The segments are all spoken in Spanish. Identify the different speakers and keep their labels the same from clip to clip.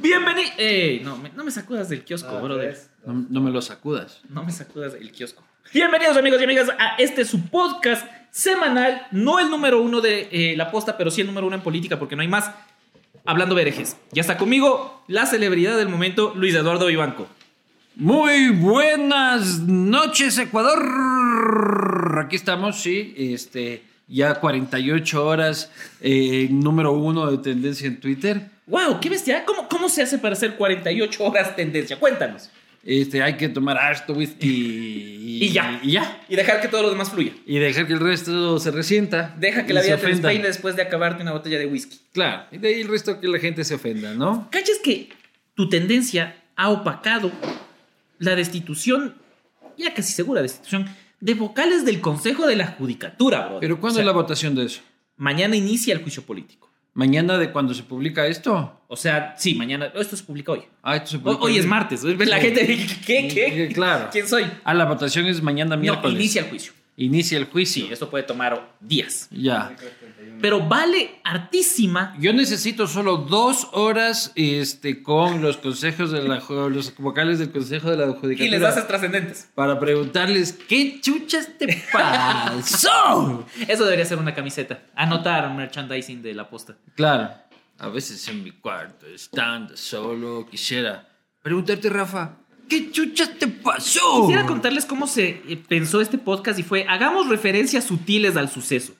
Speaker 1: Bienvenido. ¡Ey! No me, no me sacudas del kiosco,
Speaker 2: Ah,
Speaker 1: brother.
Speaker 2: tres,
Speaker 3: No,
Speaker 2: dos.
Speaker 3: no me lo sacudas.
Speaker 1: No me sacudas el kiosco. Bienvenidos amigos y amigas a este su podcast semanal, no el número uno de eh, la posta, pero sí el número uno en política, porque no hay más. Hablando herejes. Ya está conmigo la celebridad del momento, Luis Eduardo Vivanco.
Speaker 3: Muy buenas noches, Ecuador. Aquí estamos, sí. Este, ya 48 horas, eh, número uno de tendencia en Twitter.
Speaker 1: ¡Wow! ¡Qué bestia! ¿eh? ¿Cómo, ¿Cómo se hace para hacer 48 horas tendencia? Cuéntanos.
Speaker 3: Este, hay que tomar harto whisky.
Speaker 1: Y ya.
Speaker 3: Y ya.
Speaker 1: Y dejar que todo lo demás fluya.
Speaker 3: Y dejar que el resto se resienta.
Speaker 1: Deja que
Speaker 3: y
Speaker 1: la
Speaker 3: se
Speaker 1: vida te
Speaker 3: ofenda.
Speaker 1: despeine después de acabarte una botella de whisky.
Speaker 3: Claro, y de ahí el resto que la gente se ofenda, ¿no?
Speaker 1: ¿Cachas que tu tendencia ha opacado la destitución, ya casi segura destitución, de vocales del Consejo de la Judicatura, brother?
Speaker 3: Pero ¿cuándo
Speaker 1: O sea,
Speaker 3: es la votación de eso?
Speaker 1: Mañana inicia el juicio político.
Speaker 3: ¿Mañana de cuando se publica esto?
Speaker 1: O sea, sí, mañana. Esto se publica hoy.
Speaker 3: Ah, esto se
Speaker 1: Hoy,
Speaker 3: publica
Speaker 1: hoy es
Speaker 3: el-
Speaker 1: martes. La
Speaker 3: Sí.
Speaker 1: gente. ¿Qué?
Speaker 3: Sí,
Speaker 1: ¿Qué?
Speaker 3: Claro.
Speaker 1: ¿Quién soy?
Speaker 3: Ah, la votación es mañana
Speaker 1: No,
Speaker 3: miércoles.
Speaker 1: inicia el juicio.
Speaker 3: Inicia el
Speaker 1: Sí,
Speaker 3: juicio.
Speaker 1: esto puede tomar días.
Speaker 3: Ya.
Speaker 1: Pero vale hartísima
Speaker 3: Yo necesito solo dos horas este, con los consejos de la ju- los vocales del Consejo de la Judicatura.
Speaker 1: y les haces trascendentes.
Speaker 3: Para preguntarles, ¿qué chuchas te pasó?
Speaker 1: Eso debería ser una camiseta. Anotar merchandising de la posta.
Speaker 3: claro. A veces en mi cuarto, estando solo, quisiera preguntarte, Rafa, ¿qué chuchas te pasó?
Speaker 1: Quisiera contarles cómo se eh, pensó este podcast y fue, hagamos referencias sutiles al suceso.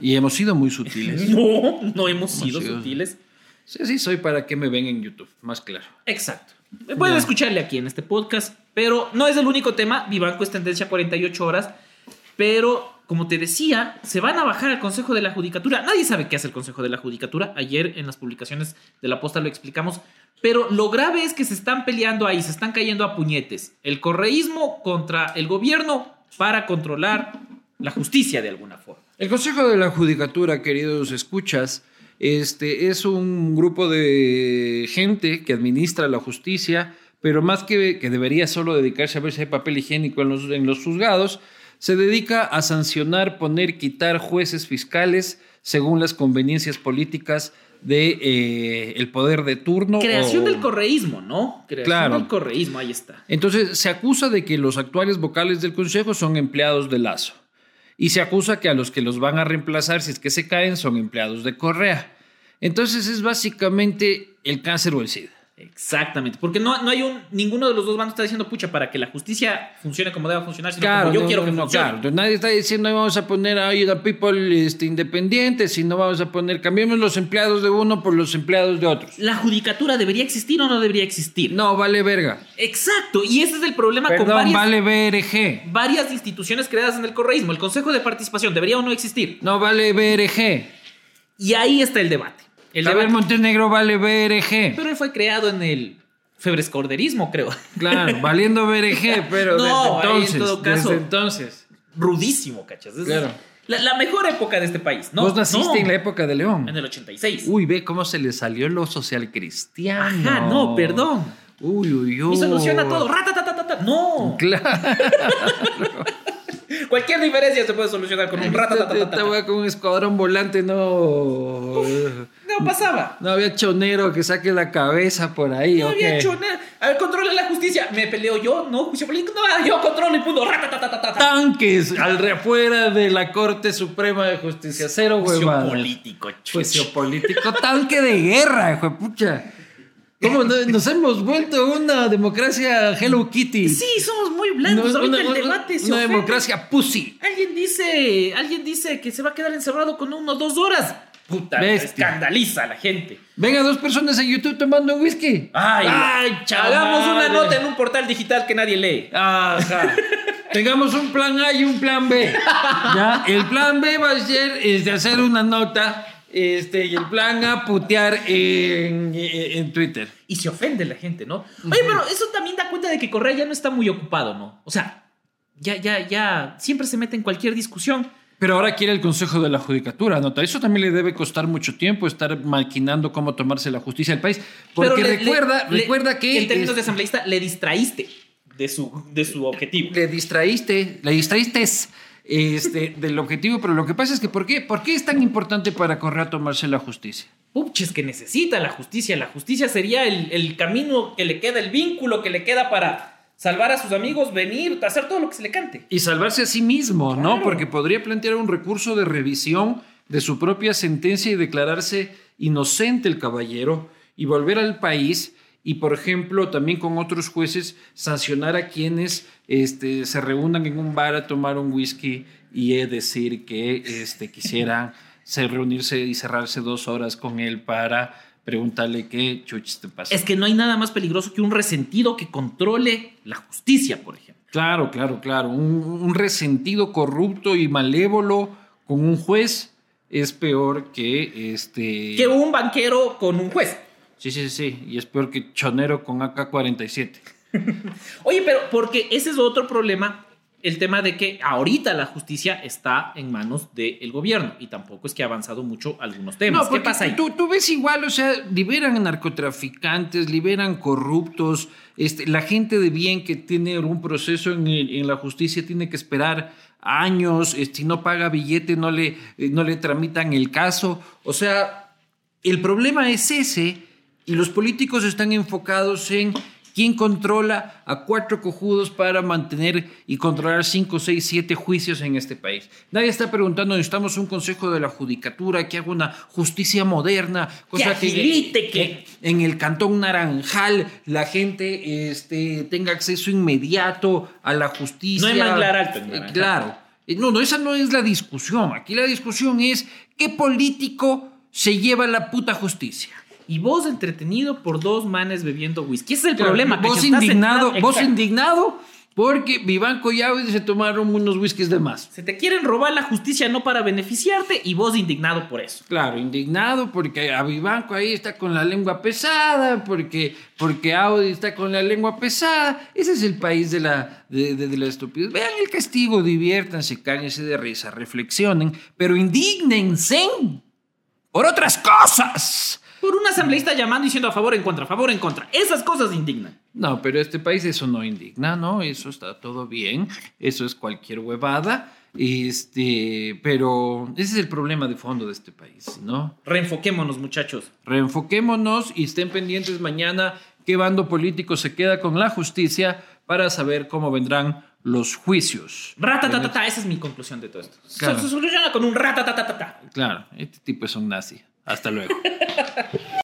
Speaker 3: Y hemos sido muy sutiles.
Speaker 1: No, no hemos sido
Speaker 3: sido.
Speaker 1: sutiles.
Speaker 3: sí, sí, soy para que me ven en YouTube, más claro.
Speaker 1: Exacto. Eh, Pueden
Speaker 3: Ya.
Speaker 1: escucharle aquí en este podcast, pero no es el único tema. Vivanco es tendencia a 48 horas, pero como te decía, se van a bajar al Consejo de la Judicatura. Nadie sabe qué hace el Consejo de la Judicatura. Ayer en las publicaciones de la posta lo explicamos. Pero lo grave es que se están peleando ahí, se están cayendo a puñetes. El correísmo contra el gobierno para controlar la justicia de alguna forma.
Speaker 3: El Consejo de la Judicatura, queridos escuchas, este, es un grupo de gente que administra la justicia, pero más que, que debería solo dedicarse a ver si hay papel higiénico en los, en los juzgados, se dedica a sancionar, poner, quitar jueces fiscales según las conveniencias políticas del de, eh, el poder de turno.
Speaker 1: Creación
Speaker 3: o-
Speaker 1: del correísmo, ¿no? Creación
Speaker 3: oh. Claro.
Speaker 1: del correísmo, ahí está.
Speaker 3: entonces se acusa de que los actuales vocales del Consejo son empleados de Lazo. Y se acusa que a los que los van a reemplazar, si es que se caen, son empleados de Correa. Entonces es básicamente el cáncer o el SIDA.
Speaker 1: Exactamente, porque no, no hay un ninguno de los dos bandos está diciendo pucha para que la justicia funcione como debe funcionar, sino como yo
Speaker 3: no,
Speaker 1: quiero que
Speaker 3: no,
Speaker 1: funcione.
Speaker 3: claro. Nadie está diciendo vamos a poner a ayuda people este, independientes, sino vamos a poner, cambiemos los empleados de uno por los empleados de otros.
Speaker 1: La judicatura debería existir o no debería existir.
Speaker 3: No, vale verga.
Speaker 1: Exacto, y ese es el problema con varias,
Speaker 3: Perdón, vale BRG.
Speaker 1: varias instituciones creadas en el correísmo. El Consejo de Participación debería o no existir.
Speaker 3: No vale BRG.
Speaker 1: Y ahí está el debate. El
Speaker 3: El ver
Speaker 1: debate
Speaker 3: Montenegro vale BRG.
Speaker 1: pero fue creado en el febrescorderismo, creo.
Speaker 3: Claro, valiendo BRG, pero
Speaker 1: No, ahí en
Speaker 3: desde entonces.
Speaker 1: todo caso.
Speaker 3: Desde entonces.
Speaker 1: Rudísimo, cachas. Es
Speaker 3: Claro.
Speaker 1: la, la mejor época de este país, ¿no?
Speaker 3: Vos naciste
Speaker 1: No,
Speaker 3: en la época de
Speaker 1: en
Speaker 3: León.
Speaker 1: el 86.
Speaker 3: Uy, ve cómo se le salió lo social cristiano.
Speaker 1: Ajá, no, perdón.
Speaker 3: Uy, uy, uy.
Speaker 1: Y soluciona todo. Ratatatatata. No.
Speaker 3: Claro.
Speaker 1: Cualquier diferencia se puede solucionar con un
Speaker 3: Esta
Speaker 1: ratatatatata.
Speaker 3: wea con un escuadrón volante no.
Speaker 1: No pasaba.
Speaker 3: No había chonero que saque la cabeza por ahí.
Speaker 1: No
Speaker 3: ¿o
Speaker 1: había
Speaker 3: qué?
Speaker 1: hecho nada. A ver, controla la justicia. Me peleo yo, no, juicio político. No, yo controlo el punto. Ratatatatata.
Speaker 3: Tanques al de afuera de la Corte Suprema de Justicia. Cero,
Speaker 1: Juicio
Speaker 3: huevada.
Speaker 1: político, chucho.
Speaker 3: Juicio político, Pues, tanque de guerra, hijo de pucha. ¿Cómo no- nos hemos vuelto una democracia Hello Kitty?
Speaker 1: Sí, somos muy
Speaker 3: No,
Speaker 1: blandos. Ahorita
Speaker 3: una,
Speaker 1: el
Speaker 3: una-
Speaker 1: debate se
Speaker 3: una
Speaker 1: ofende.
Speaker 3: democracia pussy.
Speaker 1: Alguien dice, alguien dice que se va a quedar encerrado con uno o dos horas. Puta,
Speaker 3: Bestia.
Speaker 1: escandaliza a la gente.
Speaker 3: Venga, dos personas en YouTube tomando un whisky.
Speaker 1: Ay,
Speaker 3: chaval.
Speaker 1: hagamos una nota en un portal digital que nadie lee.
Speaker 3: Ajá. Tengamos un plan A y un plan B. ¿Ya? El plan B va a ser este, hacer una nota. Este, y el plan A putear en, en Twitter.
Speaker 1: Y se ofende la gente, ¿no? Oye, pero eso también da cuenta de que Correa ya no está muy ocupado, ¿no? O sea, ya, ya, ya, siempre se mete en cualquier discusión.
Speaker 3: Pero ahora quiere el Consejo de la Judicatura, nota. Eso también le debe costar mucho tiempo estar maquinando cómo tomarse la justicia del país. Porque
Speaker 1: Pero le-
Speaker 3: recuerda,
Speaker 1: le-
Speaker 3: recuerda
Speaker 1: le-
Speaker 3: que
Speaker 1: En términos de
Speaker 3: es- Eh,
Speaker 1: asambleísta, le distraíste de su, de su objetivo.
Speaker 3: le distraíste, le distraíste este, del objetivo. Pero lo que pasa es que, ¿por qué? ¿por qué es tan importante para Correa tomarse la justicia?
Speaker 1: Pucha, parches que necesita la justicia. La justicia sería el, el camino que le queda, el vínculo que le queda para salvar a sus amigos, venir, hacer todo lo que se le cante.
Speaker 3: Y salvarse a sí mismo, ¿no?
Speaker 1: Claro.
Speaker 3: Porque podría plantear un recurso de revisión de su propia sentencia y declararse inocente el caballero y volver al país y, por ejemplo, también con otros jueces sancionar a quienes este, se reúnan en un bar a tomar un whisky y eh, decir que este, quisieran se reunirse y cerrarse dos horas con él para preguntarle qué chuches te pasa.
Speaker 1: Es que no hay nada más peligroso que un resentido que controle la justicia, por ejemplo.
Speaker 3: Claro, claro, claro. Un, un resentido corrupto y malévolo con un juez es peor que este.
Speaker 1: Que un banquero con un juez.
Speaker 3: Sí, sí, sí. Y es peor que Chonero con AK-47.
Speaker 1: Oye, pero porque ese es otro problema, el tema de que ahorita la justicia está en manos del gobierno y tampoco es que ha avanzado mucho algunos temas. ¿Qué
Speaker 3: porque
Speaker 1: pasa ahí?
Speaker 3: Tú, tú ves igual, o sea, liberan a narcotraficantes, liberan corruptos, este, la gente de bien que tiene algún proceso en, el- en la justicia tiene que esperar años, eh, si no paga billete no le, eh, no le tramitan el caso, o sea, el problema es ese y los políticos están enfocados en... ¿Quién controla a cuatro cojudos para mantener y controlar cinco, seis, siete juicios en este país? Nadie está preguntando, necesitamos un consejo de la judicatura que haga una justicia moderna, cosa que,
Speaker 1: agilite, que-
Speaker 3: en el cantón Naranjal la gente este, tenga acceso inmediato a la justicia.
Speaker 1: No hay manglar alto en
Speaker 3: Eh,
Speaker 1: Naranjal.
Speaker 3: Claro. Eh, No, no, esa no es la discusión. Aquí la discusión es qué político se lleva la puta justicia.
Speaker 1: Y vos entretenido por dos manes bebiendo whisky. Ese es el
Speaker 3: Claro,
Speaker 1: problema.
Speaker 3: Vos
Speaker 1: cacho, estás
Speaker 3: indignado,
Speaker 1: sentado-
Speaker 3: vos
Speaker 1: Exacto.
Speaker 3: indignado porque Vivanco y Ávila se tomaron unos whiskies de más.
Speaker 1: Se te quieren robar la justicia no para beneficiarte y vos indignado por eso.
Speaker 3: Claro, indignado porque a Vivanco ahí está con la lengua pesada, porque, porque Audi está con la lengua pesada. Ese es el país de la, de, de- de la estupidez. Vean el castigo, diviértanse, cáñense de risa, reflexionen, pero indígnense por otras cosas.
Speaker 1: Por un asambleísta llamando diciendo a favor, en contra, a favor, en contra. Esas cosas indignan.
Speaker 3: No, pero este país eso no indigna, ¿no? Eso está todo bien, eso es cualquier huevada, este, pero ese es el problema de fondo de este país, ¿no?
Speaker 1: Reenfoquémonos, muchachos.
Speaker 3: Reenfoquémonos y estén pendientes mañana qué bando político se queda con la justicia para saber cómo vendrán los juicios.
Speaker 1: Ratatatata, esa es mi conclusión de todo esto.
Speaker 3: Claro.
Speaker 1: Se, se soluciona con un ratatatata.
Speaker 3: Claro, este tipo es un nazi. Hasta luego.